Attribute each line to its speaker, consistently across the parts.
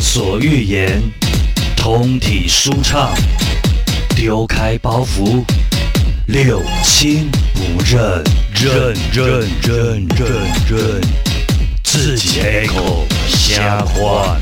Speaker 1: 所欲言，通体舒畅，丢开包袱，六亲不认，认认认认认，自己开口瞎话。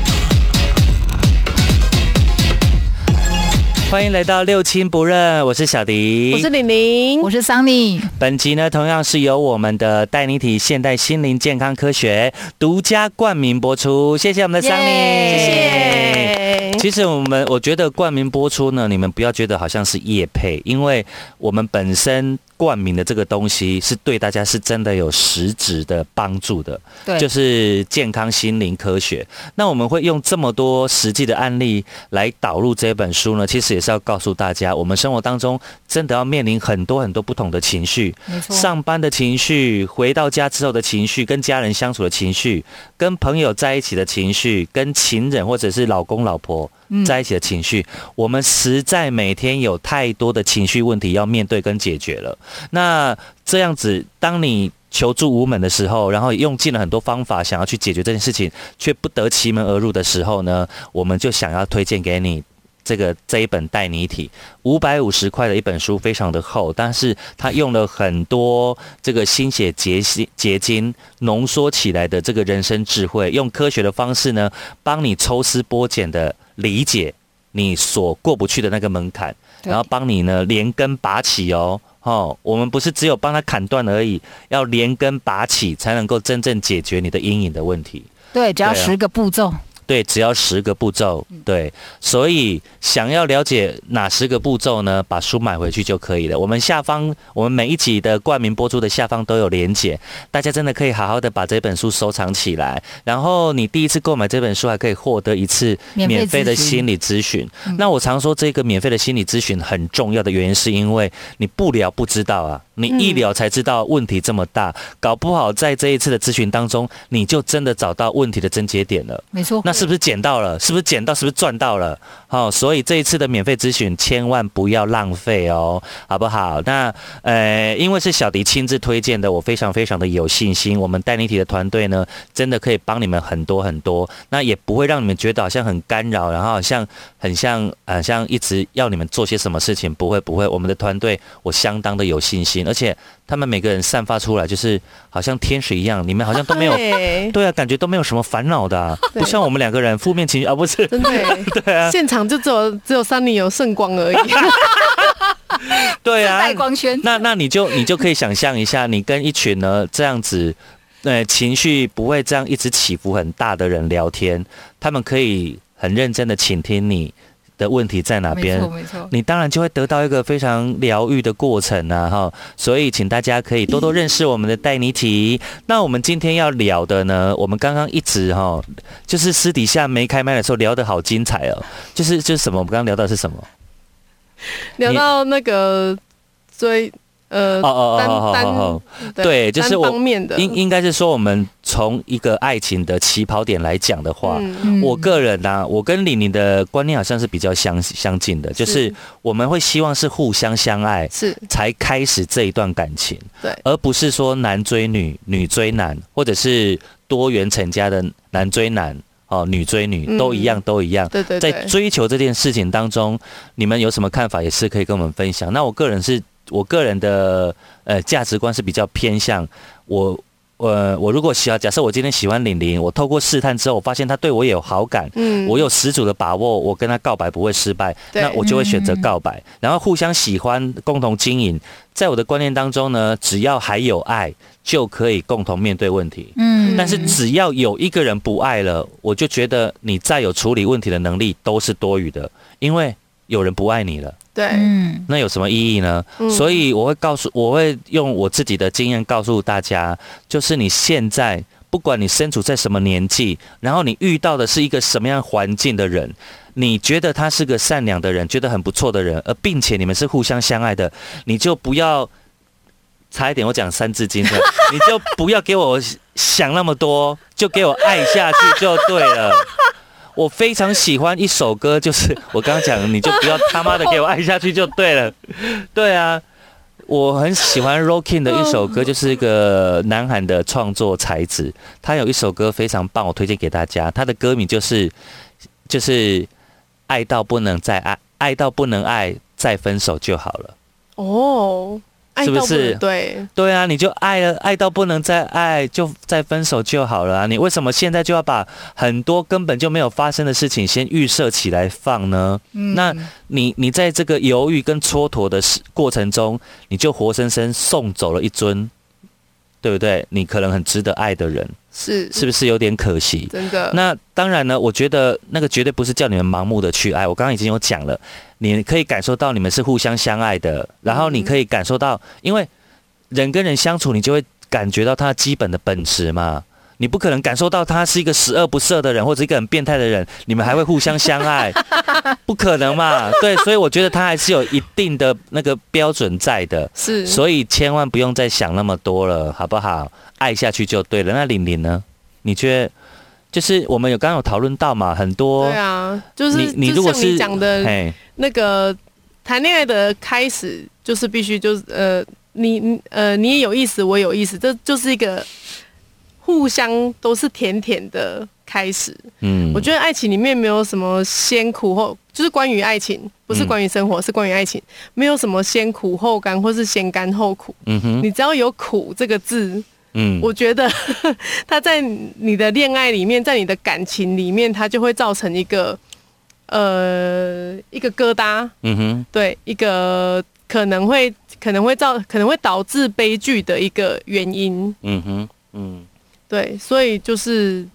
Speaker 2: 欢迎来到六亲不认，我是小迪，
Speaker 3: 我是玲玲，
Speaker 4: 我是桑尼，
Speaker 2: 本集呢，同样是由我们的带你体现代心灵健康科学独家冠名播出，谢谢我们的桑尼
Speaker 4: 耶谢谢。
Speaker 2: 其实我们我觉得冠名播出呢，你们不要觉得好像是业配，因为我们本身冠名的这个东西是对大家是真的有实质的帮助的，
Speaker 4: 对
Speaker 2: 就是健康心灵科学。那我们会用这么多实际的案例来导入这本书呢，其实也是要告诉大家，我们生活当中真的要面临很多很多不同的情绪，
Speaker 4: 没错，
Speaker 2: 上班的情绪，回到家之后的情绪，跟家人相处的情绪，跟朋友在一起的情绪，跟情人或者是老公老婆
Speaker 4: 嗯
Speaker 2: 在一起的情绪，我们实在每天有太多的情绪问题要面对跟解决了。那这样子，当你求助无门的时候，然后用尽了很多方法想要去解决这件事情，却不得其门而入的时候呢，我们就想要推荐给你。这个这一本带你体五百五十块的一本书，非常的厚，但是它用了很多这个心血结晶结晶浓缩起来的这个人生智慧，用科学的方式呢，帮你抽丝剥茧的理解你所过不去的那个门槛，
Speaker 4: 对
Speaker 2: 然后帮你呢连根拔起哦。哦，我们不是只有帮他砍断而已，要连根拔起，才能够真正解决你的阴影的问题。
Speaker 4: 对，只要
Speaker 2: 对啊
Speaker 4: 十个步骤，
Speaker 2: 对，只要十个步骤，对，所以想要了解哪十个步骤呢？把书买回去就可以了。我们下方，我们每一集的冠名播出的下方都有连结，大家真的可以好好的把这本书收藏起来。然后你第一次购买这本书，还可以获得一次
Speaker 4: 免费
Speaker 2: 免费的
Speaker 4: 咨询
Speaker 2: 心理咨询。那我常说这个免费的心理咨询很重要的原因，是因为你不聊不知道啊，你一
Speaker 3: 嗯
Speaker 2: 聊才知道问题这么大，搞不好在这一次的咨询当中，你就真的找到问题的症结点了。
Speaker 4: 没错，
Speaker 2: 那是不是捡到了？是不是捡到？是不是赚到了？好、所以这一次的免费咨询千万不要浪费哦，好不好？那呃，因为是小迪亲自推荐的，我非常非常的有信心，我们带你体的团队呢，真的可以帮你们很多很多，那也不会让你们觉得好像很干扰，然后好像很像呃像一直要你们做些什么事情，不会不会，我们的团队我相当的有信心，而且他们每个人散发出来就是好像天使一样，你们好像都没有
Speaker 3: 对
Speaker 2: 对啊，感觉都没有什么烦恼的啊、
Speaker 3: 对
Speaker 2: 不像我们两个人负面情绪啊，不是
Speaker 3: 真的耶，
Speaker 2: 对啊，
Speaker 3: 现场就只有只有三里有圣光 而已。
Speaker 2: 对
Speaker 4: 自
Speaker 2: 啊。
Speaker 4: 带光圈，
Speaker 2: 那那你就你就可以想象一下，你跟一群呢这样子，呃，情绪不会这样一直起伏很大的人聊天，他们可以很认真的倾听你的问题在哪
Speaker 4: 没
Speaker 2: 边
Speaker 4: 错，没错，
Speaker 2: 你当然就会得到一个非常疗愈的过程啊，哈。所以，请大家可以多多认识我们的戴尼提。那我们今天要聊的呢，我们刚刚一直哈，就是私底下没开麦的时候聊得好精彩哦，就是就是什么，我们刚刚聊到的是什么？
Speaker 3: 聊到那个追呃
Speaker 2: 哦哦
Speaker 3: 单
Speaker 2: 哦哦
Speaker 3: 单
Speaker 2: 哦哦，对，就是
Speaker 3: 单方
Speaker 2: 我
Speaker 3: 面的
Speaker 2: 应应该是说，我们从一个爱情的起跑点来讲的话，
Speaker 3: 嗯
Speaker 4: 嗯
Speaker 2: 我个人呢、啊我跟李宁的观念好像是比较相相近的，就是
Speaker 3: 是
Speaker 2: 我们会希望是互相相爱，
Speaker 3: 是
Speaker 2: 才开始这一段感情，
Speaker 3: 对
Speaker 2: 而不是说男追女、女追男，或者是多元成家的男追男哦，女追女
Speaker 3: 嗯
Speaker 2: 都一样，都一样。
Speaker 3: 对对
Speaker 2: 在
Speaker 3: 对，
Speaker 2: 追求这件事情当中，你们有什么看法，也是可以跟我们分享。那我个人是我个人的呃价值观是比较偏向我。呃，我如果喜欢，假设我今天喜欢玲玲，我透过试探之后，我发现她对我也有好感，
Speaker 3: 嗯
Speaker 2: 我有十足的把握，我跟他告白不会失败，
Speaker 3: 对
Speaker 2: 那我就会选择告白，然后互相喜欢，共同经营。在我的观念当中呢，只要还有爱，就可以共同面对问题。
Speaker 4: 嗯
Speaker 2: 但是只要有一个人不爱了，我就觉得你再有处理问题的能力都是多余的，因为有人不爱你了，
Speaker 3: 对，
Speaker 4: 嗯，
Speaker 2: 那有什么意义呢？
Speaker 3: 嗯
Speaker 2: 所以我会告诉，我会用我自己的经验告诉大家，就是你现在不管你身处在什么年纪，然后你遇到的是一个什么样环境的人，你觉得他是个善良的人，觉得很不错的人，而并且你们是互相相爱的，你就不要。差一点，我讲《三字经》的， 你就不要给我想那么多，就给我爱下去就对了。我非常喜欢一首歌，就是我刚刚讲的，你就不要他妈的给我爱下去就对了。对啊，我很喜欢 Rockin 的一首歌，就是一个南韩的创作才子，他有一首歌非常棒，我推荐给大家，他的歌名就是就是爱到不能再爱，爱到不能爱，再分手就好了。
Speaker 3: 哦，爱
Speaker 2: 是不
Speaker 3: 到不
Speaker 2: 是
Speaker 3: 能对，
Speaker 2: 对啊，你就爱了，爱到不能再爱，就再分手就好了啊！你为什么现在就要把很多根本就没有发生的事情先预设起来放呢？
Speaker 4: 嗯
Speaker 2: 那你你在这个犹豫跟蹉跎的事过程中，你就活生生送走了一尊，对不对？你可能很值得爱的人，
Speaker 3: 是
Speaker 2: 是不是有点可惜？
Speaker 3: 真的。
Speaker 2: 那当然呢，我觉得那个绝对不是叫你们盲目的去哎爱。我刚刚已经有讲了，你可以感受到你们是互相相爱的，然后你可以感受到，因为人跟人相处，你就会感觉到他基本的本质嘛。你不可能感受到他是一个十恶不赦的人，或者一个很变态的人，你们还会互相相爱，不可能嘛？对，所以我觉得他还是有一定的那个标准在的，
Speaker 3: 是，
Speaker 2: 所以千万不用再想那么多了，好不好？爱下去就对了。那玲玲呢？你觉得就是我们有刚刚有讨论到嘛，很多
Speaker 3: 对啊，就是
Speaker 2: 你你
Speaker 3: 就
Speaker 2: 如果
Speaker 3: 像你
Speaker 2: 是
Speaker 3: 讲的
Speaker 2: 嘿
Speaker 3: 那个谈恋爱的开始，就是必须就是呃，你你呃你也有意思，我也有意思，这就是一个互相都是甜甜的开始。
Speaker 2: 嗯，
Speaker 3: 我觉得爱情里面没有什么先苦后，就是关于爱情，不是
Speaker 2: 嗯
Speaker 3: 关于生活，是关于爱情，没有什么先苦后甘，或是先甘后苦。
Speaker 2: 嗯哼，
Speaker 3: 你只要有“苦”这个字，
Speaker 2: 嗯，
Speaker 3: 我觉得 它在你的恋爱里面，在你的感情里面，它就会造成一个呃一个疙瘩，
Speaker 2: 嗯哼，
Speaker 3: 对，一个可能会可能会造可能会导致悲剧的一个原因，
Speaker 2: 嗯哼，嗯
Speaker 3: 对，所以就是。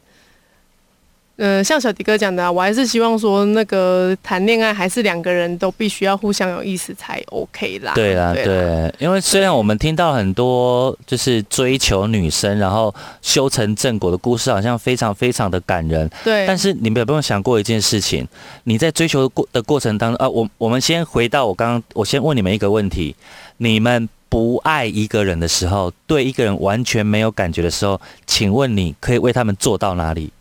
Speaker 3: 呃，像小迪哥讲的、啊，我还是希望说，那个谈恋爱还是两个人都必须要互相有意思才 OK 啦。
Speaker 2: 对啦，
Speaker 3: 啦，
Speaker 2: 对，因为虽然我们听到很多就是追求女生然后修成正果的故事，好像非常非常的感人，
Speaker 3: 对，
Speaker 2: 但是你们有没有想过一件事情？你在追求的过的过程当中啊，我我们先回到我刚刚，我先问你们一个问题：你们不爱一个人的时候，对一个人完全没有感觉的时候，请问你可以为他们做到哪里？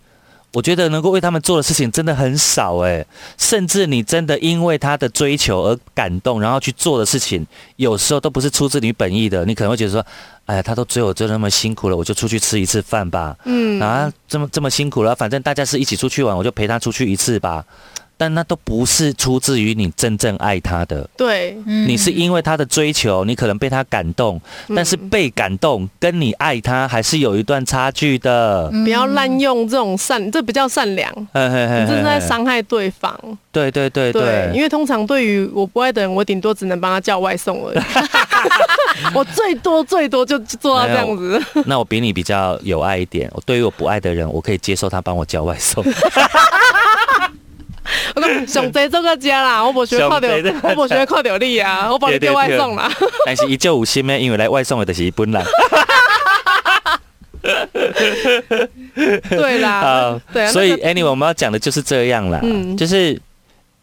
Speaker 2: 我觉得能够为他们做的事情真的很少诶、甚至你真的因为他的追求而感动，然后去做的事情，有时候都不是出自你本意的。你可能会觉得说，哎呀，他都追我追得那么辛苦了，我就出去吃一次饭吧。
Speaker 3: 嗯
Speaker 2: 啊，这么这么辛苦了，反正大家是一起出去玩，我就陪他出去一次吧。但那都不是出自于你真正爱他的，
Speaker 3: 对，
Speaker 4: 嗯
Speaker 2: 你是因为他的追求，你可能被他感动，但是
Speaker 3: 嗯
Speaker 2: 被感动跟你爱他还是有一段差距的。
Speaker 4: 嗯
Speaker 3: 不要滥用这种善，这不叫善良，
Speaker 2: 嘿嘿嘿
Speaker 3: 嗯你这是在
Speaker 2: 嘿
Speaker 3: 伤害对方。
Speaker 2: 对对对
Speaker 3: 对，因
Speaker 2: 对，
Speaker 3: 为通常对于我不爱的人，我顶多只能帮他叫外送而已。 我最多最多就做到这样子。
Speaker 2: 那我比你比较有爱一点。我对于我不爱的人，我可以接受他帮我叫外 送。
Speaker 3: 我讲熊贼这个家啦，我不学靠掉
Speaker 2: 上賊這，個
Speaker 3: 我不学靠掉力啊，我帮你叫外送啦。
Speaker 2: 但是依旧有心咩，因为来外送的就是本人。
Speaker 3: 对啦
Speaker 2: 啊，
Speaker 3: 对啊，
Speaker 2: 所以
Speaker 3: 那個
Speaker 2: anyway，我们要讲的就是这样啦，
Speaker 3: 嗯
Speaker 2: 就是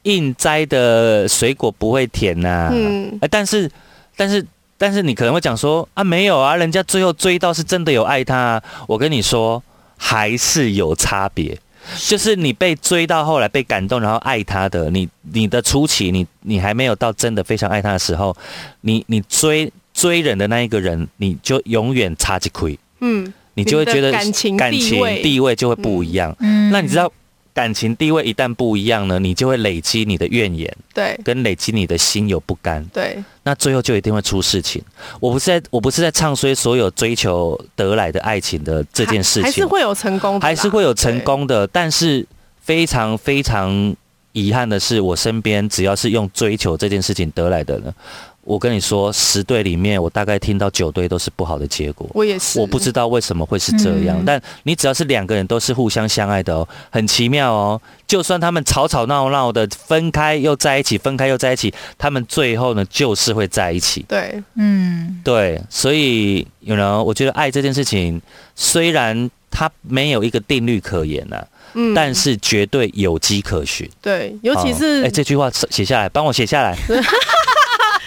Speaker 2: 硬摘的水果不会甜呐、
Speaker 3: 嗯
Speaker 2: 哎但是但是但是你可能会讲说啊，没有啊，人家最后追到是真的有爱他啊、我跟你说，还是有差别。就是你被追到后来被感动，然后爱他的，你你的初期，你你还没有到真的非常爱他的时候，你你追追人的那一个人，你就永远差几亏，
Speaker 3: 嗯，
Speaker 2: 你就会觉得
Speaker 3: 你的感情
Speaker 2: 感
Speaker 3: 地
Speaker 2: 情
Speaker 3: 位
Speaker 2: 地位就会不一样。
Speaker 4: 嗯
Speaker 2: 那你知道感情地位一旦不一样呢，你就会累积你的怨言，
Speaker 3: 对
Speaker 2: 跟累积你的心有不甘，
Speaker 3: 对，
Speaker 2: 那最后就一定会出事情。我不是在我不是在唱衰所有追求得来的爱情的这件事情，
Speaker 3: 啊还还是会有成功的啦，
Speaker 2: 还是会有成功的，但是非常非常遗憾的是，我身边只要是用追求这件事情得来的呢，我跟你说，十对里面我大概听到九对都是不好的结果
Speaker 3: 对。。我也是，
Speaker 2: 我不知道为什么会是这样，
Speaker 4: 嗯
Speaker 2: 但你只要是两个人都是互相相爱的哦，很奇妙哦。就算他们吵吵闹闹的分开又在一起，分开又在一起，他们最后呢就是会在一起。
Speaker 3: 对，
Speaker 4: 嗯
Speaker 2: 对，所以有 you know, 我觉得爱这件事情虽然它没有一个定律可言呐、
Speaker 3: 嗯，
Speaker 2: 但是绝对有迹可循。
Speaker 3: 对，尤其
Speaker 2: 哦哎、
Speaker 3: 是
Speaker 2: 这句话写下来，帮我写下 来。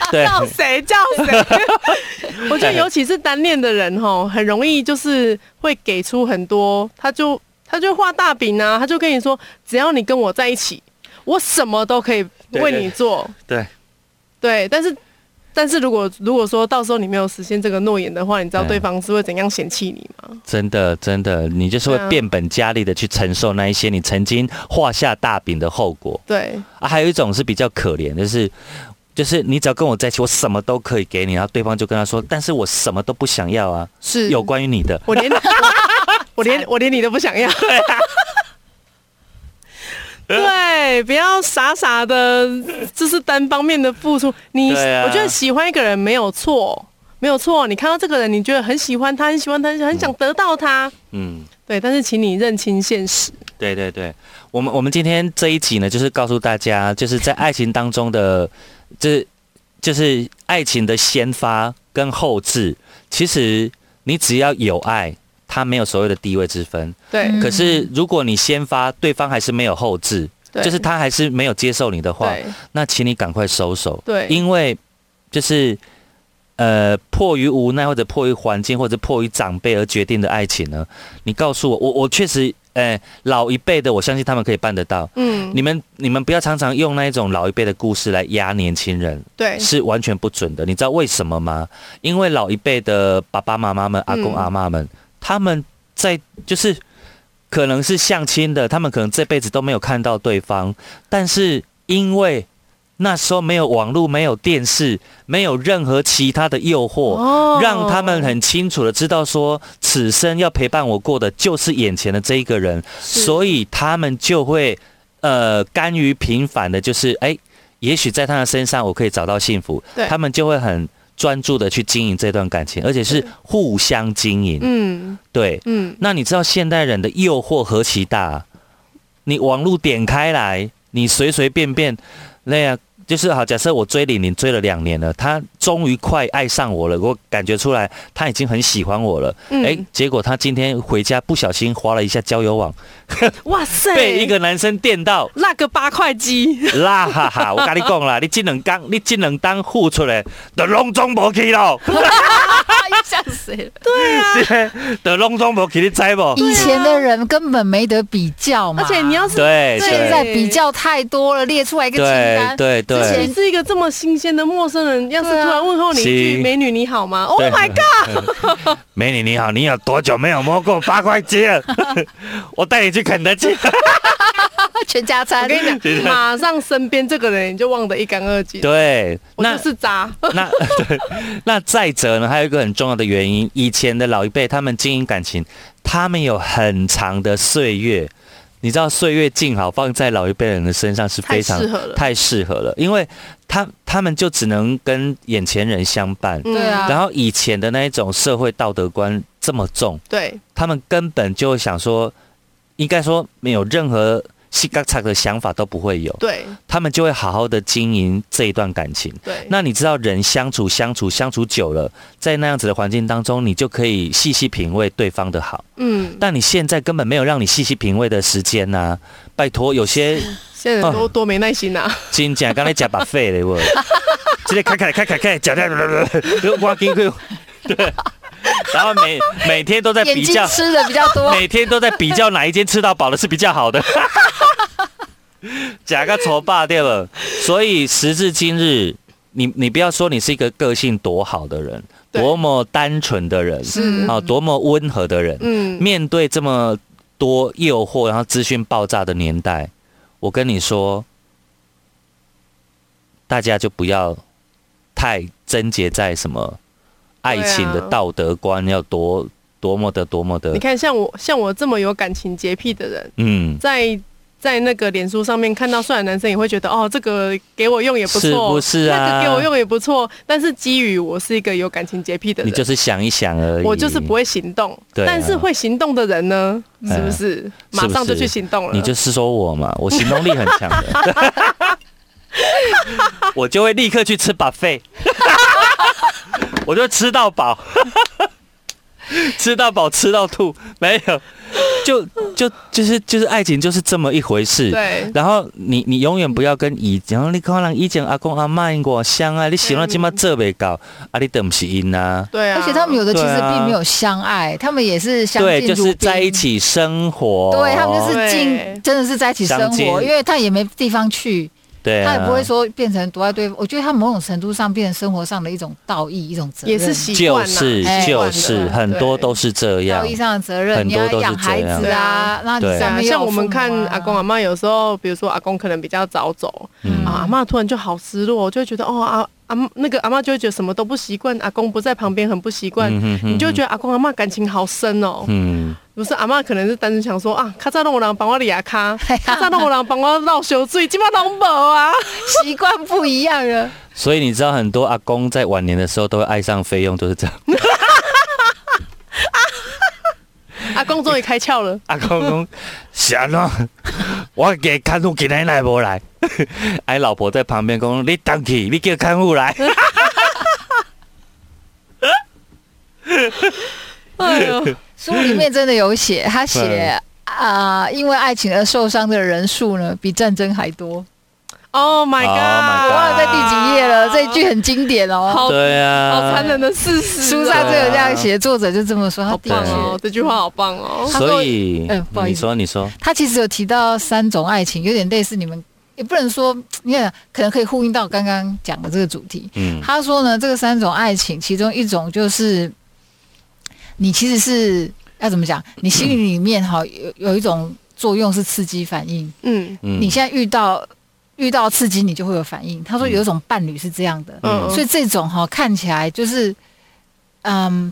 Speaker 2: 对，
Speaker 3: 叫谁叫谁。 我觉得尤其是单恋的人吼，很容易就是会给出很多，他就他就画大饼啊，他就跟你说，只要你跟我在一起，我什么都可以为你做。
Speaker 2: 对对
Speaker 3: 对但是但是如果如果说到时候你没有实现这个诺言的话，你知道
Speaker 2: 对
Speaker 3: 对方是会怎样嫌弃你吗？
Speaker 2: 真的，真的，你就是
Speaker 3: 对
Speaker 2: 会
Speaker 3: 啊
Speaker 2: 变本加厉的去承受那一些你曾经画下大饼的后果
Speaker 3: 对，
Speaker 2: 啊。还有一种是比较可怜，就是就是你只要跟我在一起，我什么都可以给你，然后对方就跟他说，但是我什么都不想要啊，
Speaker 3: 是
Speaker 2: 有关于你 的，
Speaker 3: 我 连我连我连你都不想要。
Speaker 2: 啊
Speaker 3: 对，不要傻傻的，就是单方面的付出。你、
Speaker 2: 对啊
Speaker 3: 我觉得喜欢一个人没有错，没有错。你看到这个人，你觉得很喜欢他，很喜欢他，很想得到他。
Speaker 2: 嗯。
Speaker 3: 对，但是请你认清现实。
Speaker 2: 对对对，我们我们今天这一集呢，就是告诉大家，就是在爱情当中的，这就是爱情的先发跟后置。其实你只要有爱，它没有所谓的地位之分。
Speaker 3: 对，
Speaker 4: 嗯
Speaker 2: 可是如果你先发，对方还是没有后置，
Speaker 3: 对
Speaker 2: 就是他还是没有接受你的话，
Speaker 3: 对
Speaker 2: 那请你赶快收手。
Speaker 3: 对
Speaker 2: 因为就是呃，迫于无奈或者迫于环境或者迫于长辈而决定的爱情呢，你告诉我，我我确实，哎、老一辈的，我相信他们可以办得到。
Speaker 3: 嗯，
Speaker 2: 你们你们不要常常用那一种老一辈的故事来压年轻人，
Speaker 3: 对
Speaker 2: 是完全不准的。你知道为什么吗？因为老一辈的爸爸妈妈们、阿公
Speaker 3: 嗯
Speaker 2: 阿妈们，他们在就是可能是相亲的，他们可能这辈子都没有看到对方，但是因为那时候没有网络、没有电视、没有任何其他的诱惑。
Speaker 3: 哦
Speaker 2: 让他们很清楚的知道说，此生要陪伴我过的就是眼前的这一个人，
Speaker 3: 是
Speaker 2: 所以他们就会呃甘于平凡的，就是哎、也许在他的身上我可以找到幸福
Speaker 3: 对，
Speaker 2: 他们就会很专注的去经营这段感情，而且是互相经营。
Speaker 3: 嗯
Speaker 2: 对，
Speaker 3: 嗯，
Speaker 2: 那你知道现代人的诱惑何其大啊、你网络点开来，你随随便便，那样就是好。假设我追李宁追了两年了，他终于快爱上我了，我感觉出来他已经很喜欢我了。
Speaker 3: 嗯
Speaker 2: 哎、结果他今天回家不小心划了一下交友网，
Speaker 3: 哇塞，
Speaker 2: 被一个男生电到，
Speaker 3: 那个八块鸡，
Speaker 2: 啦哈 哈！我跟你讲啦，你这两天你这两天付出的就拢总无去 咯，
Speaker 4: 又想谁哎了？
Speaker 2: 就拢总无去，你知无？
Speaker 4: 以前的人根本没得比较嘛，
Speaker 3: 而且你要是
Speaker 2: 对
Speaker 4: 现
Speaker 2: 对
Speaker 4: 在比较太多了，列出来一个清
Speaker 2: 对
Speaker 4: 单，
Speaker 2: 对
Speaker 4: 之
Speaker 2: 对
Speaker 4: 前
Speaker 3: 你。是一个这么新鲜的陌生人，要是突然问候你一句
Speaker 2: 是
Speaker 3: “美女你好吗 ”，Oh
Speaker 2: 对
Speaker 3: my god！
Speaker 2: 美女你好，你有多久没有摸过八块鸡 了？我带你去肯德基。
Speaker 4: 啊全家
Speaker 3: 我
Speaker 4: 餐。
Speaker 3: 跟你讲，马上身边这个人你就忘得一干二净。
Speaker 2: 对，
Speaker 3: 我就
Speaker 2: 那
Speaker 3: 是渣，
Speaker 2: 那 对，那再者呢，还有一个很重要的原因，以前的老一辈他们经营感情，他们有很长的岁月。你知道岁月静好放在老一辈人的身上是非常
Speaker 3: 太适合了
Speaker 2: 太适合了，因为他他们就只能跟眼前人相伴，
Speaker 3: 嗯
Speaker 4: 对啊
Speaker 2: 然后以前的那一种社会道德观这么重，
Speaker 3: 对
Speaker 2: 他们根本就想说，应该说没有任何细嘎嚓的想法都不会有，
Speaker 3: 对
Speaker 2: 他们就会好好的经营这一段感情。
Speaker 3: 对，
Speaker 2: 那你知道人相处相处相处久了，在那样子的环境当中，你就可以细细品味对方的好。
Speaker 3: 嗯，
Speaker 2: 但你现在根本没有让你细细品味的时间呐、拜托，有些
Speaker 3: 现
Speaker 2: 嗯
Speaker 3: 在人都多没耐心啊呐，
Speaker 2: 真正刚才假把废了 我，直接开开开开开，假的，我给 对，然后每每天都在
Speaker 4: 眼
Speaker 2: 比
Speaker 4: 睛
Speaker 2: 较，
Speaker 4: 吃的比较 多，
Speaker 2: 每天都在比较哪一间吃到饱的是比较好的， 假个丑霸对吧？所以时至今日，你你不要说你是一个个性多好的人，
Speaker 3: 对
Speaker 2: 多么单纯的人，
Speaker 4: 嗯
Speaker 2: 啊，多么温和的人，
Speaker 3: 嗯，
Speaker 2: 面对这么多诱惑，然后资讯爆炸的年代，我跟你说，大家就不要太贞洁在什么爱情的
Speaker 3: 对啊
Speaker 2: 道德观要多多么的多么的
Speaker 3: 你，看像我像我这么有感情洁癖的人，
Speaker 2: 嗯。
Speaker 3: 在。在那个脸书上面看到帅的男生，也会觉得哦，这个给我用也不错，
Speaker 2: 是不是啊
Speaker 3: 那个给我用也不错。但是基于我是一个有感情洁癖的
Speaker 2: 你
Speaker 3: 人，
Speaker 2: 就是想一想而已。
Speaker 3: 我就是不，会行动，
Speaker 2: 对啊
Speaker 3: 但是会行动的人呢，
Speaker 2: 嗯
Speaker 3: 是不是、马上就去行动了？
Speaker 2: 你就是说我嘛，我行动力很强的， 我就会立刻去吃 buffet，我就吃到饱，吃到饱吃到吐，没有，就就就是就是爱情就是这么一回事。
Speaker 3: 对
Speaker 2: 然后你你永远不要跟以前，你可能以前阿公阿妈因果相爱，啊你想到今嘛这未到，
Speaker 3: 嗯
Speaker 2: 啊你等不是因啊。
Speaker 3: 对啊，
Speaker 4: 而且他们有的其实
Speaker 2: 对啊
Speaker 4: 并没有相爱，他们也是相
Speaker 2: 对，
Speaker 4: 敬
Speaker 2: 就
Speaker 4: 如
Speaker 2: 是
Speaker 4: 宾，
Speaker 2: 在一。起生活。
Speaker 4: 对他们就是
Speaker 3: 对
Speaker 4: 进，真的是在一起生
Speaker 2: 哦相敬
Speaker 4: 活，因为他也没地方去，
Speaker 2: 对啊，
Speaker 4: 他也不会说变成独爱对方。我觉得他某种程度上变成生活上的一种道义，一种责
Speaker 3: 也
Speaker 4: 任，
Speaker 3: 是习
Speaker 2: 就
Speaker 3: 惯啦，
Speaker 2: 是
Speaker 4: 哎
Speaker 3: 习
Speaker 2: 就
Speaker 3: 惯
Speaker 2: 是
Speaker 3: 了
Speaker 2: 很多都
Speaker 3: 对
Speaker 2: 是这样
Speaker 4: 道义，上的责任。
Speaker 2: 很
Speaker 4: 你
Speaker 2: 多
Speaker 4: 要
Speaker 2: 都是
Speaker 4: 养孩
Speaker 2: 这样
Speaker 4: 子啊，那你
Speaker 2: 对
Speaker 3: 对
Speaker 4: 上
Speaker 3: 啊，
Speaker 4: 面又有
Speaker 3: 像我们
Speaker 4: 父母
Speaker 3: 看
Speaker 4: 啊
Speaker 3: 阿公阿妈，有时候比如说阿公可能比较早走，
Speaker 2: 嗯
Speaker 3: 啊，阿妈突然就好失落，就会觉得哦阿阿嬷那个阿妈就会觉得什么都不习惯，阿公不在旁边很不习惯，
Speaker 2: 嗯哼哼
Speaker 3: 你就会觉得阿公阿妈感情好深哦。
Speaker 2: 嗯，
Speaker 3: 不是阿妈可能是单纯想说啊，卡扎弄我人帮我理牙卡， 卡扎弄我人帮我绕修水，基本拢无啊。
Speaker 4: 习惯不一样了，
Speaker 2: 所以你知道很多阿公在晚年的时候都会爱上菲佣，就是这样。
Speaker 3: 阿公终于开窍了，
Speaker 2: 阿公公想咯， 我给看护给奶奶无来， 哎，老婆在旁边讲你当去，你叫看护来。
Speaker 3: 哎呦，
Speaker 4: 书里面真的有写，他写啊、因为爱情而受伤的人数呢，比战争还多。
Speaker 3: Oh my
Speaker 2: Oh my
Speaker 3: god！
Speaker 2: god
Speaker 4: 我忘了在第几页了，这一句很经典哦。
Speaker 3: 好
Speaker 2: 对啊，
Speaker 3: 啊好残忍的事实哦。
Speaker 4: 书上就有这样写，作者就这么说。他
Speaker 3: 好
Speaker 4: 的
Speaker 3: 棒
Speaker 4: 确，
Speaker 3: 哦，这句话好棒哦。
Speaker 4: 他
Speaker 2: 所
Speaker 4: 说
Speaker 2: 以，
Speaker 4: 嗯不好意
Speaker 2: 你
Speaker 4: 思
Speaker 2: 说，你说，
Speaker 4: 他其实有提到三种爱情，有点类似你们，也不能说，你看，可能可以呼应到刚刚讲的这个主题。
Speaker 2: 嗯，
Speaker 4: 他说呢，这个三种爱情，其中一种就是你其实是要怎么讲，你心里里面哈有有一种作用是刺激反应，
Speaker 3: 嗯
Speaker 2: 嗯
Speaker 4: 你现在遇到遇到刺激，你就会有反应。他说
Speaker 2: 嗯
Speaker 4: 有一种伴侣是这样的，
Speaker 2: 哦
Speaker 3: 嗯，
Speaker 4: 所以这种哈、看起来就是，嗯，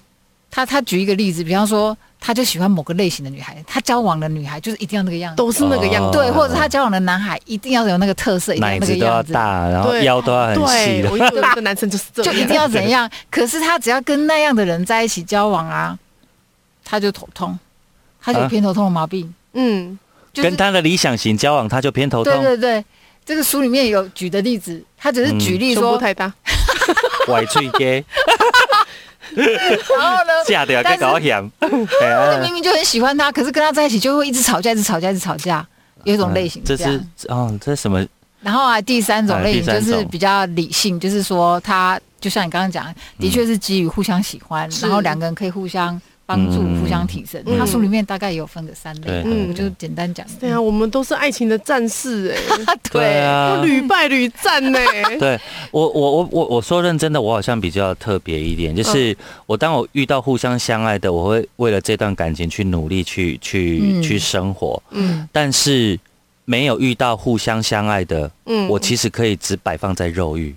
Speaker 4: 他他举一个例子，比方说他就喜欢某个类型的女孩，他交往的女孩就是一定要那个样子，
Speaker 3: 都是那个样子。
Speaker 4: 对，或者他交往的男孩一定要有那个特色，一定要
Speaker 2: 哦奶
Speaker 4: 那个
Speaker 2: 子都要
Speaker 4: 样子。
Speaker 2: 大，然后
Speaker 3: 对
Speaker 2: 腰都要很细
Speaker 3: 对，
Speaker 2: 的
Speaker 3: 我，一直觉得男生就是这
Speaker 4: 就
Speaker 3: 样，
Speaker 4: 一定要 怎样？可是他只要跟那样的人在一起交往啊，他就头痛，他就有
Speaker 2: 啊
Speaker 4: 偏头痛的毛病，
Speaker 3: 嗯，
Speaker 4: 就是
Speaker 2: 跟他的理想型交往，他就偏头
Speaker 4: 对
Speaker 2: 痛、
Speaker 4: 对对。这个书里面有举的例子，他只
Speaker 2: 嗯
Speaker 4: 是举例
Speaker 3: 胸
Speaker 4: 说
Speaker 3: 部，太 大，
Speaker 2: 歪嘴 给
Speaker 4: 然后呢，
Speaker 2: 嫁掉
Speaker 4: 但
Speaker 2: 该
Speaker 4: 是
Speaker 2: 搞哎险。
Speaker 4: 他明明就很喜欢他，可是跟他在一起就会一直吵架，一直吵架，一直吵架，有一
Speaker 2: 这
Speaker 4: 种类型
Speaker 2: 嗯这
Speaker 4: 这样。
Speaker 2: 是哦，这是什么？
Speaker 4: 然后啊，第三种
Speaker 2: 哎
Speaker 4: 类型
Speaker 2: 第三
Speaker 4: 就
Speaker 2: 种
Speaker 4: 是比较理性，就是说他就像你刚刚讲，的确是基于互相喜欢，
Speaker 3: 是
Speaker 4: 然后两个人可以互相帮助、
Speaker 2: 嗯
Speaker 4: 互相提升。
Speaker 3: 嗯
Speaker 4: 他书里面大概有分个三类
Speaker 2: 对，
Speaker 3: 嗯
Speaker 4: 我就简单讲。
Speaker 3: 对啊，我们都是爱情的战士哎，
Speaker 4: 啊，
Speaker 2: 对
Speaker 4: 对，
Speaker 2: 啊
Speaker 3: 我，屡败屡战哎呢。
Speaker 2: 对我我我我我说认真的，我好像比较特别一点，
Speaker 4: 嗯
Speaker 2: 就是我当我遇到互相相爱的，我会为了这段感情去努力去去、
Speaker 4: 嗯
Speaker 2: 去生活，
Speaker 4: 嗯，
Speaker 2: 但是没有遇到互相相爱的，
Speaker 3: 嗯，
Speaker 2: 我其实可以只摆放在肉欲。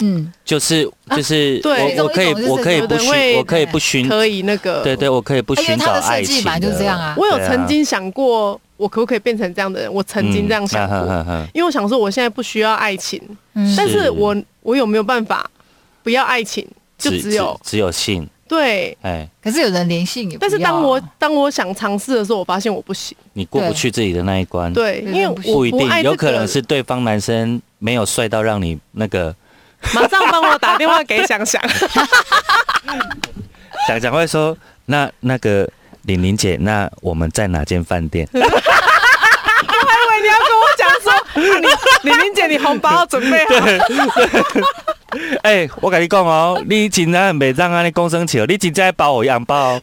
Speaker 4: 嗯，
Speaker 2: 就是就是
Speaker 3: 对其
Speaker 2: 我
Speaker 4: 中
Speaker 2: 我可以
Speaker 4: 一种就是
Speaker 2: 我可以
Speaker 3: 对
Speaker 2: 不
Speaker 3: 对
Speaker 2: 寻
Speaker 3: 会
Speaker 2: 我可以不寻
Speaker 3: 可以那个，
Speaker 2: 对对我可以不
Speaker 4: 哎因为
Speaker 2: 寻
Speaker 4: 他
Speaker 2: 找
Speaker 4: 的
Speaker 2: 爱
Speaker 4: 设计
Speaker 2: 情
Speaker 4: 本来就是这样啊。
Speaker 3: 我有
Speaker 2: 对啊
Speaker 3: 曾经想过，我可不可以变成这样的人？我曾经这样想
Speaker 2: 嗯
Speaker 3: 过，
Speaker 2: 哼哼哼
Speaker 3: 因为我想说我现在不需要爱情，
Speaker 4: 嗯
Speaker 3: 但
Speaker 2: 是
Speaker 3: 是我我有没有办法不要爱情？就只有
Speaker 2: 只有性
Speaker 3: 对。
Speaker 2: 哎，
Speaker 4: 可是有人连性也不要
Speaker 3: 但
Speaker 4: 啊，
Speaker 3: 是当我当我想尝试的时候，我发现我不行。
Speaker 2: 你过不去自己的那一关，，
Speaker 3: 对，
Speaker 4: 嗯
Speaker 3: 因为我
Speaker 2: 不一定
Speaker 3: 爱这个
Speaker 2: 有可能是对方男生没有帅到让你那个
Speaker 3: 马上帮我打电话给想 想。
Speaker 2: 讲讲会说 那那个玲玲姐，那我们在哪间饭 店？
Speaker 3: 我以为你要跟我讲说，啊、你李玲姐，你红包要准备 好。
Speaker 2: 哎、我跟你讲哦，你真的很袂当安尼讲生气哦，你真正包我红包、哦，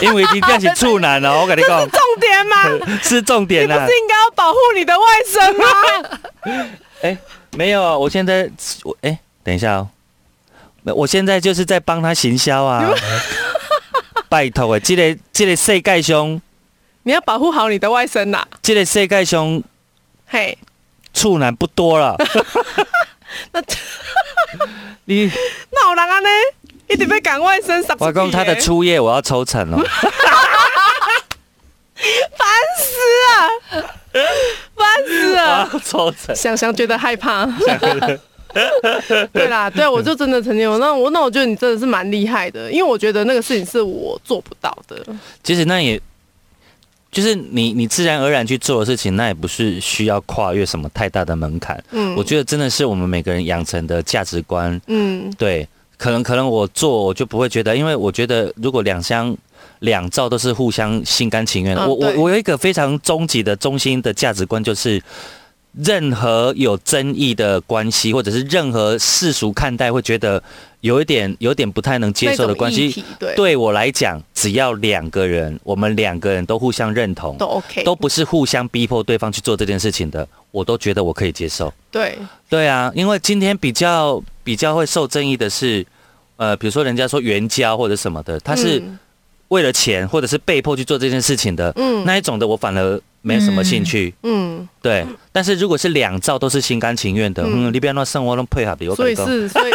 Speaker 2: 因为你这样是处男哦，我跟你 讲
Speaker 3: 重点 嘛，你
Speaker 2: 是重点
Speaker 3: 不
Speaker 2: 啊。
Speaker 3: 是应该要保护你的外甥吗？
Speaker 2: 哎、没有啊，我现在我哎、等一下哦，没我现在就是在帮他行销啊。拜托啊诶，这个这个世界上，
Speaker 3: 你要保护好你的外甥呐、
Speaker 2: 这个世界上
Speaker 3: 嘿，
Speaker 2: 处男不多 了。
Speaker 3: 那
Speaker 2: 你
Speaker 3: 那有人安呢？一直被赶外甥，傻
Speaker 2: 我讲他的初夜我要抽成哦，
Speaker 3: 烦死了，烦死
Speaker 2: 我
Speaker 3: 了。
Speaker 2: 要抽成。
Speaker 3: 想想觉得害 怕。对啦，对，我就真的曾经有那我那我觉得你真的是蛮厉害的，因为我觉得那个事情是我做不到的。
Speaker 2: 其实那也，就是你你自然而然去做的事情，那也不是需要跨越什么太大的门槛。
Speaker 3: 嗯，
Speaker 2: 我觉得真的是我们每个人养成的价值观
Speaker 3: 嗯
Speaker 2: 对，可能可能我做我就不会觉得，因为我觉得如果两相两造都是互相心甘情愿的，
Speaker 3: 嗯
Speaker 2: 我我
Speaker 3: 对
Speaker 2: 我有一个非常终极的中心的价值观，就是任何有争议的关系，或者是任何世俗看待会觉得有一点有点不太能接受的关
Speaker 3: 那
Speaker 2: 系，
Speaker 3: 种议题对
Speaker 2: 对我来讲，只要两个人，我们两个人都互相认同，
Speaker 3: 都 OK，
Speaker 2: 都不是互相逼迫对方去做这件事情的，我都觉得我可以接受。
Speaker 3: 对
Speaker 2: 对啊，因为今天比较比较会受争议的是，呃，比如说人家说援交或者什么的，他是
Speaker 3: 嗯
Speaker 2: 为了钱或者是被迫去做这件事情的，
Speaker 3: 嗯
Speaker 2: 那一种的我反而没什么兴趣。
Speaker 3: 嗯，
Speaker 2: 对，但是如果是两造都是心甘情愿的，
Speaker 3: 嗯
Speaker 2: 嗯，你不要那生活中配合的，我
Speaker 3: 所
Speaker 2: 跟你
Speaker 3: 以
Speaker 2: 讲
Speaker 3: 是所以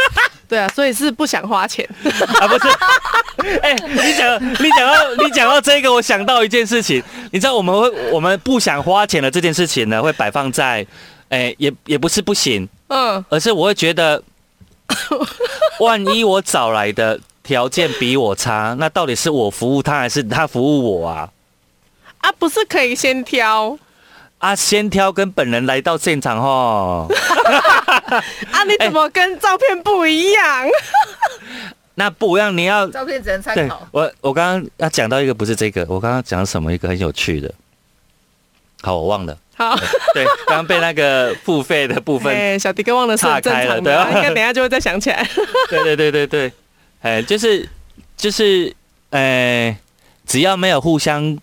Speaker 3: 对啊，所以是不想花钱，
Speaker 2: 啊，不是， 哎、你讲你讲到你讲到这个，我想到一件事情，你知道我们会我们不想花钱的这件事情呢，会摆放在，哎、也也不是不行，
Speaker 3: 嗯，
Speaker 2: 而是我会觉 得，万一我找来的条件比我差，那到底是我服务他还是他服务我啊？
Speaker 3: 啊，不是可以先挑
Speaker 2: 啊，先挑跟本人来到现场 哦，
Speaker 3: 啊？
Speaker 2: 哎
Speaker 3: 你怎么跟照片不一样？
Speaker 2: 那不一样，你要
Speaker 4: 照片只能参
Speaker 2: 对我我刚刚要讲到一个不是这个，我刚刚讲什么一个很有趣的，好，我忘了。
Speaker 3: 好，
Speaker 2: 对，刚刚被那个付费的部 分，
Speaker 3: 哎，小迪哥忘了是很正
Speaker 2: 岔开了
Speaker 3: 常
Speaker 2: 对
Speaker 3: 的，
Speaker 2: 啊
Speaker 3: 他应该等一下就会再想起 来。
Speaker 2: 对对对对对，哎，就是就是，呃，只要没有互相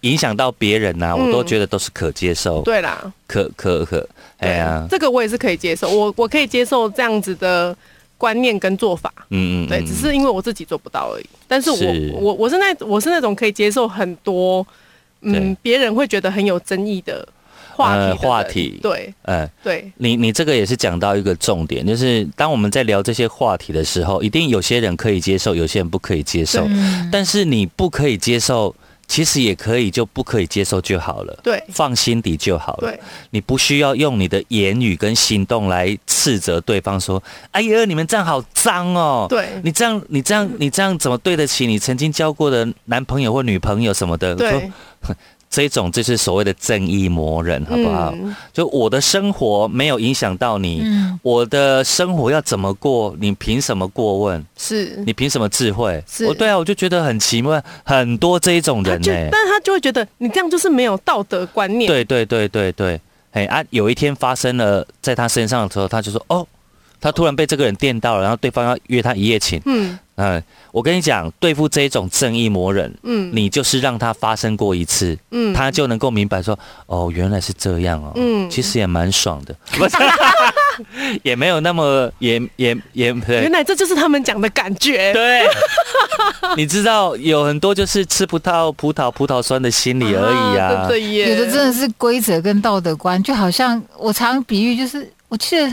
Speaker 2: 影响到别人呐、我都
Speaker 3: 嗯
Speaker 2: 觉得都是可接受，
Speaker 3: 对啦，
Speaker 2: 可可可，哎呀、
Speaker 3: 这个我也是可以接受，我我可以接受这样子的观念跟做法，
Speaker 2: 嗯嗯，
Speaker 3: 对，
Speaker 2: 嗯
Speaker 3: 只是因为我自己做不到而已。但是我
Speaker 2: 是
Speaker 3: 我我是那我是那种可以接受很多嗯
Speaker 2: 对
Speaker 3: 别人会觉得很有争议的话题的
Speaker 2: 呃
Speaker 3: 人、
Speaker 2: 话题
Speaker 3: 对
Speaker 2: 哎。
Speaker 3: 对，
Speaker 2: 你你这个也是讲到一个重点，就是当我们在聊这些话题的时候，一定有些人可以接受，有些人不可以接受。
Speaker 4: 嗯
Speaker 2: 但是你不可以接受，其实也可以就不可以接受就好了，
Speaker 3: 对
Speaker 2: 放心底就好了
Speaker 3: 对。
Speaker 2: 你不需要用你的言语跟行动来斥责对方，说：“哎呀，你们这样好脏哦！”
Speaker 3: 对
Speaker 2: 你这样，你这样，你这样怎么对得起你曾经交过的男朋友或女朋友什么的？说
Speaker 3: 对，
Speaker 2: 这种就是所谓的正义魔人，好不好？
Speaker 3: 嗯
Speaker 2: 就我的生活没有影响到你，
Speaker 4: 嗯，
Speaker 2: 我的生活要怎么过，你凭什么过问？
Speaker 3: 是。
Speaker 2: 你凭什么智慧？
Speaker 3: 是
Speaker 2: 我对啊，我就觉得很奇怪，很多这一种
Speaker 3: 他
Speaker 2: 人欸
Speaker 3: 就
Speaker 2: 呢、，
Speaker 3: 但他就会觉得你这样就是没有道德观念。
Speaker 2: 对对对对对，哎啊，有一天发生了在他身上的时候，他就说哦，他突然被这个人电到了，然后对方要约他一夜情。
Speaker 3: 嗯
Speaker 2: 嗯，我跟你讲，对付这一种正义魔人，
Speaker 3: 嗯，
Speaker 2: 你就是让他发生过一次，
Speaker 3: 嗯
Speaker 2: 他就能够明白说，哦，原来是这样哦，
Speaker 3: 嗯
Speaker 2: 其实也蛮 爽的，不是，也没有那么也也也对
Speaker 3: 原来这就是他们讲的感觉。
Speaker 2: 对，你知道有很多就是吃不到葡萄葡萄酸的心理而已啊。
Speaker 3: 真的耶，
Speaker 4: 有的真的是规则跟道德观，就好像我常比喻，就是我记得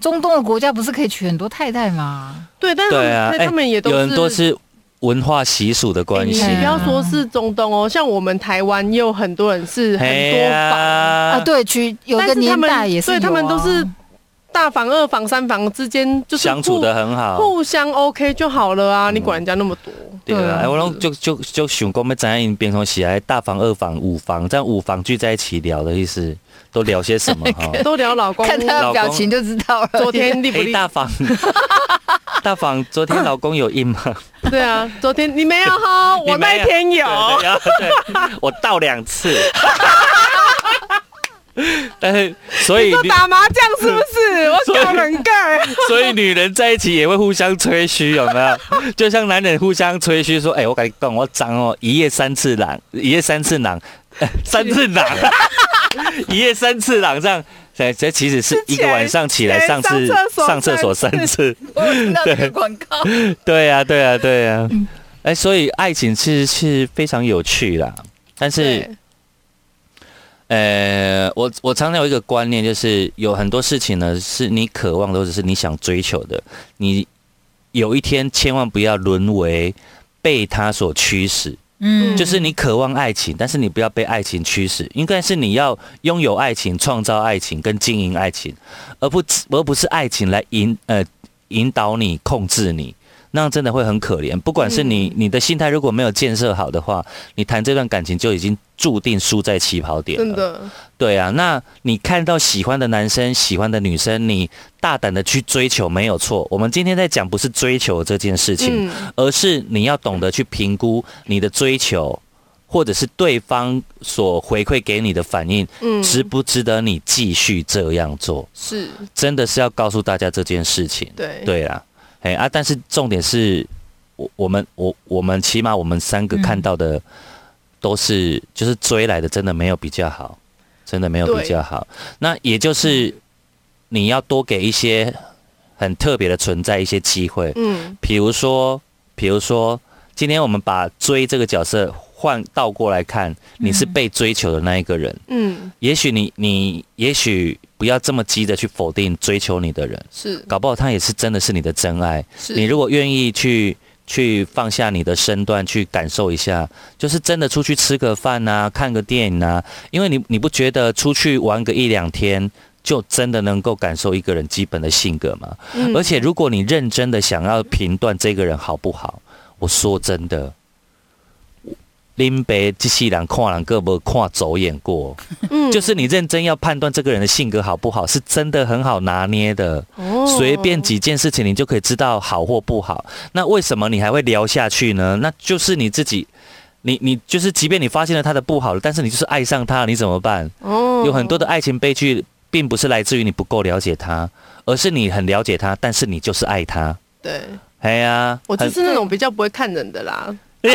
Speaker 4: 中东的国家不是可以娶很多太太吗？
Speaker 3: 对， 但是他
Speaker 2: 对
Speaker 3: 们
Speaker 2: 啊，
Speaker 3: 但他们也都
Speaker 2: 有很多是文化习俗的关系。
Speaker 3: 欸你不要
Speaker 4: 啊
Speaker 3: 说是中东哦，像我们台湾也有很多人是很
Speaker 2: 嘿
Speaker 3: 多
Speaker 2: 哎呀
Speaker 3: 房，
Speaker 4: 啊，对，娶有啊
Speaker 3: 但是
Speaker 4: 的
Speaker 3: 他
Speaker 4: 年
Speaker 3: 们
Speaker 4: 代也是、
Speaker 3: 对他们都是大房、二房、三房之间就是
Speaker 2: 相处
Speaker 3: 互
Speaker 2: 的很好。嗯
Speaker 3: 互相 OK 就好了啊，你管人家那么多，
Speaker 2: 对
Speaker 4: 对
Speaker 2: 啊，
Speaker 4: 啊
Speaker 2: 哎我拢就就就想讲要怎样变成喜爱大房、二房、五房，这样五房聚在一起聊的意思，都聊些 什么哈？
Speaker 3: 都聊老公。
Speaker 4: 看他
Speaker 2: 老公
Speaker 4: 的表情就知道了。
Speaker 3: 昨天厉不
Speaker 2: 哎，
Speaker 3: 厉？
Speaker 2: 大房，大房，昨天老公有硬吗？
Speaker 3: 对啊，昨天你没有哈， 我
Speaker 2: 你没
Speaker 3: 那天有。
Speaker 2: 对对啊对我倒两次。 但是，所以
Speaker 3: 你说
Speaker 2: 你
Speaker 3: 打麻将是不 是？
Speaker 2: 所以
Speaker 3: 我搞冷盖，
Speaker 2: 所以女人在一起也会互相吹嘘，有没 有？就像男人互相吹嘘说：“哎、我跟你讲，我长哦，一夜三次郎，一夜三次郎， 呃三次郎， 一夜三次郎。”这样，这这其实是一个晚上起来上次
Speaker 3: 上厕所
Speaker 2: 上厕所三次。
Speaker 4: 我听到这个广告，
Speaker 2: 对呀、对呀、啊对呀、哎、所以爱情其实是非常有趣啦，但是。
Speaker 3: 对
Speaker 2: 呃，我我常常有一个观念，就是有很多事情呢，是你渴望的，或者是你想追求的，你有一天千万不要沦为被他所驱使。
Speaker 4: 嗯
Speaker 2: 就是你渴望爱情，但是你不要被爱情驱使，应该是你要拥有爱情、创造爱情跟经营爱情，而不而不是爱情来引呃引导你、控制你。那样真的会很可怜，不管是你
Speaker 3: 嗯
Speaker 2: 你的心态如果没有建设好的话，你谈这段感情就已经注定输在起跑点了。
Speaker 3: 真的
Speaker 2: 对啊，那你看到喜欢的男生、喜欢的女生，你大胆的去追求没有错。我们今天在讲不是追求这件事情，
Speaker 3: 嗯
Speaker 2: 而是你要懂得去评估你的追求或者是对方所回馈给你的反应，
Speaker 3: 嗯，
Speaker 2: 值不值得你继续这样做？
Speaker 3: 是，
Speaker 2: 真的是要告诉大家这件事情。
Speaker 3: 对，
Speaker 2: 对啦，哎啊，但是重点是我我们我我们起码我们三个
Speaker 4: 嗯
Speaker 2: 看到的都是、就是追来的，真的没有比较好，真的没有比
Speaker 3: 对
Speaker 2: 较好。那也就是你要多给一些很特别的存在一些机会，
Speaker 3: 嗯，
Speaker 2: 比如说，比如说，今天我们把追这个角色换倒过来看，你是被追求的那一个人，
Speaker 3: 嗯，
Speaker 2: 也许你你也许不要这么急着去否定追求你的人。
Speaker 3: 是，
Speaker 2: 搞不好他也是真的是你的真爱。
Speaker 3: 是，
Speaker 2: 你如果愿意去去放下你的身段，去感受一下，就是真的出去吃个饭啊，看个电影啊，因为你你不觉得出去玩个一两天。就真的能够感受一个人基本的性格吗？
Speaker 3: 嗯
Speaker 2: 而且，如果你认真的想要评断这个人好不好，我说真的，林北这些人看人个无看走眼过，
Speaker 3: 嗯
Speaker 2: 就是你认真要判断这个人的性格好不好，是真的很好拿捏的。随便，
Speaker 3: 哦
Speaker 2: 几件事情，你就可以知道好或不好。那为什么你还会聊下去呢？那就是你自己，你你就是，即便你发现了他的不好了，但是你就是爱上他，你怎么办？
Speaker 3: 哦，
Speaker 2: 有很多的爱情悲剧，并不是来自于你不够了解他，而是你很了解他，但是你就是爱他。
Speaker 3: 对。
Speaker 2: 哎呀，
Speaker 3: 我就
Speaker 2: 很
Speaker 3: 是那种比较不会看人的啦。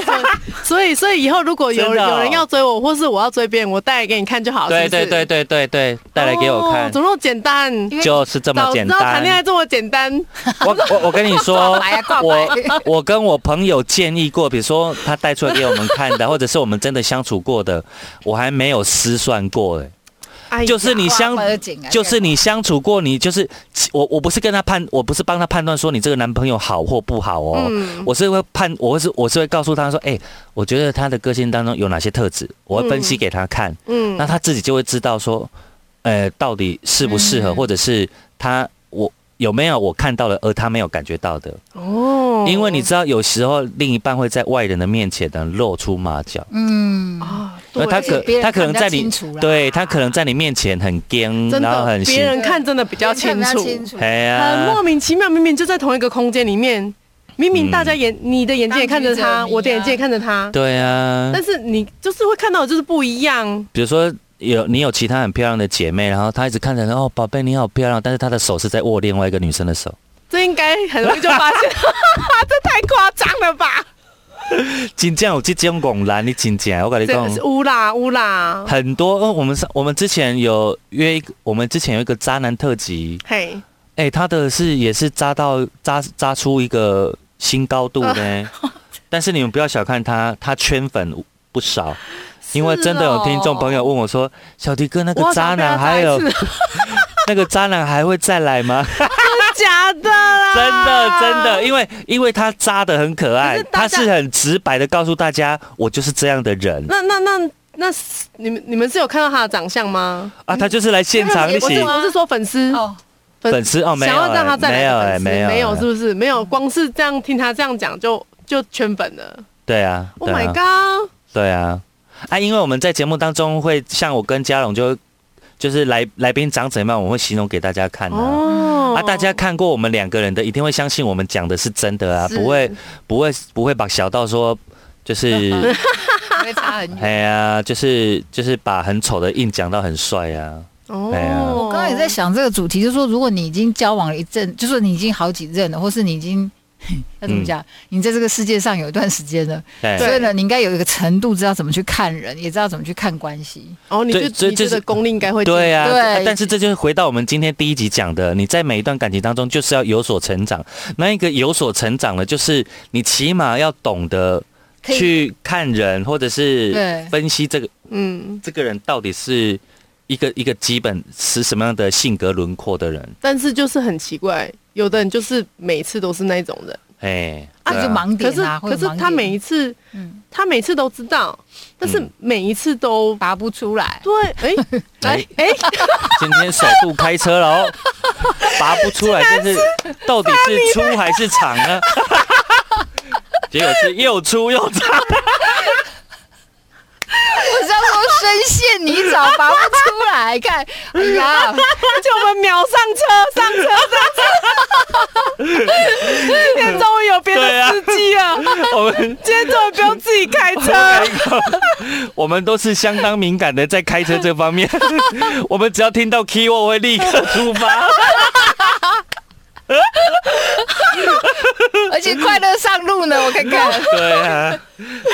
Speaker 3: 所以，所以以后如果有
Speaker 2: 真的哦
Speaker 3: 有人要追我，或是我要追别人，我带来给你看就好了。是
Speaker 2: 对
Speaker 3: 不
Speaker 2: 对
Speaker 3: 是
Speaker 2: 对，对对对，带来给我
Speaker 3: 哦
Speaker 2: 看
Speaker 3: 怎，么那么简单？
Speaker 4: 么
Speaker 2: 就是这么
Speaker 3: 早
Speaker 2: 简
Speaker 3: 知道谈恋爱
Speaker 2: 单。
Speaker 3: 这么简单，
Speaker 2: 我我我跟你 说，
Speaker 4: 来呀，告白
Speaker 2: 我。我跟我朋友建议过，比如说他带出来给我们看 的，或者是我们真的相处过的，我还没有失算过哎、
Speaker 3: 哎呀
Speaker 2: 就是你相
Speaker 4: 哇我的景啊
Speaker 2: 就是你相处过，你就是我，我不是跟他判，我不是帮他判断说你这个男朋友好或不好哦，
Speaker 3: 嗯
Speaker 2: 我是会判，我会是我是会告诉他说，哎、我觉得他的个性当中有哪些特质，我会分析给他看，
Speaker 3: 嗯
Speaker 2: 那他自己就会知道说，呃，到底适不适合，
Speaker 4: 嗯
Speaker 2: 或者是他我有没有我看到了而他没有感觉到的。
Speaker 3: 哦
Speaker 2: 因为你知道，有时候另一半会在外人的面前呢露出马脚，
Speaker 4: 嗯，
Speaker 3: 啊，
Speaker 2: 那
Speaker 3: 对，
Speaker 2: 他可
Speaker 4: 别人
Speaker 2: 他可能
Speaker 4: 看
Speaker 2: 在
Speaker 4: 比较
Speaker 2: 你
Speaker 4: 清楚啦
Speaker 2: 对他可能在你面前很僵，
Speaker 3: 真
Speaker 2: 然后
Speaker 3: 的
Speaker 2: 很
Speaker 3: 别
Speaker 2: 辛
Speaker 3: 人看真的比较清楚，
Speaker 4: 楚
Speaker 2: 哎
Speaker 3: 很
Speaker 2: 呀
Speaker 3: 莫，名其妙，明明就在同一个空间里面，明明大家眼
Speaker 2: 嗯
Speaker 3: 你的眼睛也看着
Speaker 4: 当局者
Speaker 3: 他，
Speaker 4: 迷啊
Speaker 3: 我的眼睛也看着他，
Speaker 2: 对啊
Speaker 3: 但。是你就是会看到的就是不一样，
Speaker 2: 比如说有你有其他很漂亮的姐妹，然后她一直看着哦，宝贝你好漂亮，但是她的手是在握另外一个女生 的手，
Speaker 3: 这应该很容易就发现， 这太夸张了吧？
Speaker 2: 真正有这种拱男，你真正我跟你
Speaker 3: 这
Speaker 2: 讲
Speaker 3: 是。乌啦乌啦，
Speaker 2: 很多，呃我们上我们之前有约一个，我们之前有一个渣男特辑，
Speaker 3: 嘿，
Speaker 2: 哎、他的是也是扎到扎扎出一个新高 度呢。但是你们不要小看他，他圈粉不
Speaker 3: 哦
Speaker 2: 少，因为真的有听众朋友问我说：“小迪哥，那
Speaker 3: 我
Speaker 2: 个渣男还有 那个渣男还会再来 吗？”
Speaker 3: 假的啦，
Speaker 2: 真的真的，，因为因为他渣的很可
Speaker 3: 可
Speaker 2: 爱
Speaker 3: 是，大
Speaker 2: 他
Speaker 3: 家嗯
Speaker 2: 是很直白的告诉大家，我就是这样的人
Speaker 3: 那那那那是你们你们是有看到他的长相吗？
Speaker 2: 啊，他就是来现场一
Speaker 3: 我是
Speaker 2: 起
Speaker 3: 我是说粉丝
Speaker 4: 哦，
Speaker 2: 粉丝哦，没有
Speaker 3: 想要让他
Speaker 2: 哎
Speaker 3: 再
Speaker 2: 没有
Speaker 3: 来
Speaker 2: 哎
Speaker 3: 的粉丝
Speaker 2: 没有
Speaker 3: 没有
Speaker 2: 哎
Speaker 3: 是不是？没有，光是这样听他这样讲就就圈粉了。
Speaker 2: 对啊
Speaker 3: Oh
Speaker 2: 对啊
Speaker 3: my god！
Speaker 2: 对啊，啊，因为我们在节目当中会像我跟嘉荣就就是来来宾长怎么样，我们会形容给大家看啊。
Speaker 3: 哦
Speaker 2: 啊！大家看过我们两个人的，一定会相信我们讲的是真的啊，
Speaker 3: 是
Speaker 2: 不会不会不会把小到说 就是，
Speaker 4: 不会差很
Speaker 2: 哎
Speaker 4: 远。
Speaker 2: 呀，就是就是把很丑的硬讲到很帅啊。哎呀
Speaker 3: 哦，
Speaker 4: 我刚刚也在想这个主题，就是说，如果你已经交往了一阵，就说你已经好几任了，或是你已经 要怎么讲，你在这个世界上有一段时间了，
Speaker 2: 嗯对
Speaker 4: 所以呢，你应该有一个程度，知道怎么去看人，也知道怎么去看关系。
Speaker 3: 哦，你
Speaker 2: 对
Speaker 3: 就
Speaker 2: 这
Speaker 3: 你觉
Speaker 2: 这
Speaker 3: 得
Speaker 2: 是
Speaker 3: 功力应该会
Speaker 2: 对啊，
Speaker 4: 对
Speaker 2: 啊但是这就是回到我们今天第一集讲的，你在每一段感情当中就是要有所成长。那一个有所成长的，就是你起码要懂得
Speaker 4: 可以
Speaker 2: 去看人，或者是
Speaker 4: 对
Speaker 2: 分析这个
Speaker 3: 嗯，
Speaker 2: 这个人到底是一个一个基本是什么样的性格轮廓的人。
Speaker 3: 但是就是很奇怪，有的人就是每次都是那种人，
Speaker 2: 哎，
Speaker 4: 啊，
Speaker 2: 对
Speaker 4: 就盲
Speaker 3: 可
Speaker 4: 点
Speaker 3: 是
Speaker 4: 啊，或
Speaker 3: 可
Speaker 4: 者
Speaker 3: 是
Speaker 4: 盲
Speaker 3: 他
Speaker 4: 点
Speaker 3: 每一次
Speaker 4: 嗯
Speaker 3: 他每次都知道，但是
Speaker 2: 嗯
Speaker 3: 每一次都
Speaker 4: 拔不出来，
Speaker 3: 对，哎哎哎，
Speaker 2: 今天首度开车了哦，拔不出来，但是到底是粗还是长呢？ 结果是又粗又长。
Speaker 4: 我是要说深陷泥沼，拔不出来。看，哎 呀，
Speaker 3: 而且我们秒上车， 上车，上车！今天终于有别的司机了，
Speaker 2: 我们
Speaker 3: 今天终于不用自己开车，
Speaker 2: 我们都是相当敏感的，在开车这方面， 我们只要听到 key，我会立刻出发。
Speaker 4: 而且快乐上路呢，我看看。
Speaker 2: 对啊，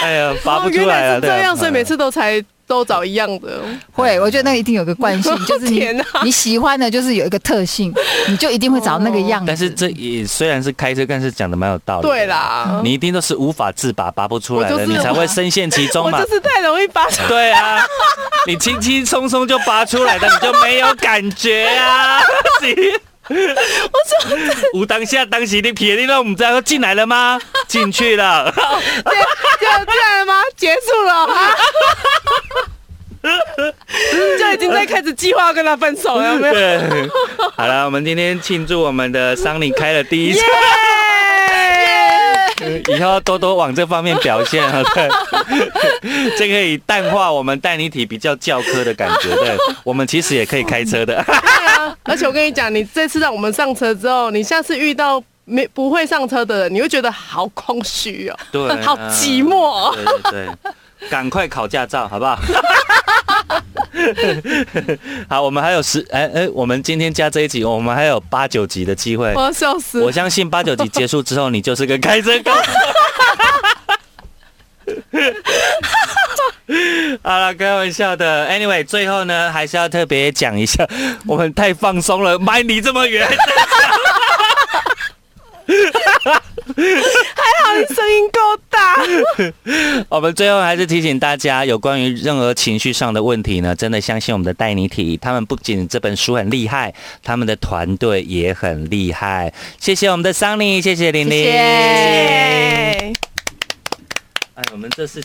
Speaker 2: 哎呀， 拔不
Speaker 3: 哦，
Speaker 2: 出
Speaker 3: 原
Speaker 2: 来
Speaker 3: 来
Speaker 2: 啊，
Speaker 3: 是
Speaker 2: 对
Speaker 3: 这
Speaker 2: 啊哦
Speaker 3: 样，所以每次都才都找一样的。
Speaker 4: 会，我觉得那一定有个惯 性，就是你
Speaker 3: 天哪
Speaker 4: 你喜欢的，就是有一个特性，你就一定会找那个样子。
Speaker 2: 哦但是这也虽然是开车，但是讲的蛮有道理。
Speaker 3: 对，啦，
Speaker 2: 啊你一定都是无法自拔、拔不出来
Speaker 3: 我
Speaker 2: 的，
Speaker 3: 就是
Speaker 2: 你才会深陷其中
Speaker 3: 我
Speaker 2: 嘛
Speaker 3: 就。是太容易把手
Speaker 2: 对啊，你轻轻松松就拔出来的，你就没有感觉啊！ 我 说，无当下当时的撇，你都不知道进来了吗？进去了，
Speaker 3: 就这样吗？结束了 啊，就已经在开始计划跟他分手了，有没有？
Speaker 2: 对，好了，我们今天庆祝我们的桑尼开了第一场。以后多多往这方面表现啊，对， 这可以淡化我们带你体比较教科的感觉。对，我们其实也可以开 车的。
Speaker 3: 对啊，而且我跟你讲，你这次让我们上车之后，你下次遇到没不会上车的人，你会觉得好空虚哦，
Speaker 2: 对啊
Speaker 3: 好寂寞、哦。
Speaker 2: 对对对，赶快考驾照，好不 好？好，我们还有十，哎哎，我们今天加这一集，我们还有八九集的机会
Speaker 3: 我。要笑死！
Speaker 2: 我相信八九集结束之后，你就是个开车高手。 好了，开玩笑的。Anyway，最后呢，还是要特别讲一下， 我们太放松了，买你这么远。
Speaker 3: 还好你声音够大，
Speaker 2: 我们最后还是提醒大家，有关于任何情绪上的问题呢，真的相信我们的带你体，他们不仅这本书很厉害，他们的团队也很厉害。谢谢我们的桑尼，谢谢玲玲。
Speaker 4: 谢谢
Speaker 3: 耶
Speaker 2: 哎，我们这是。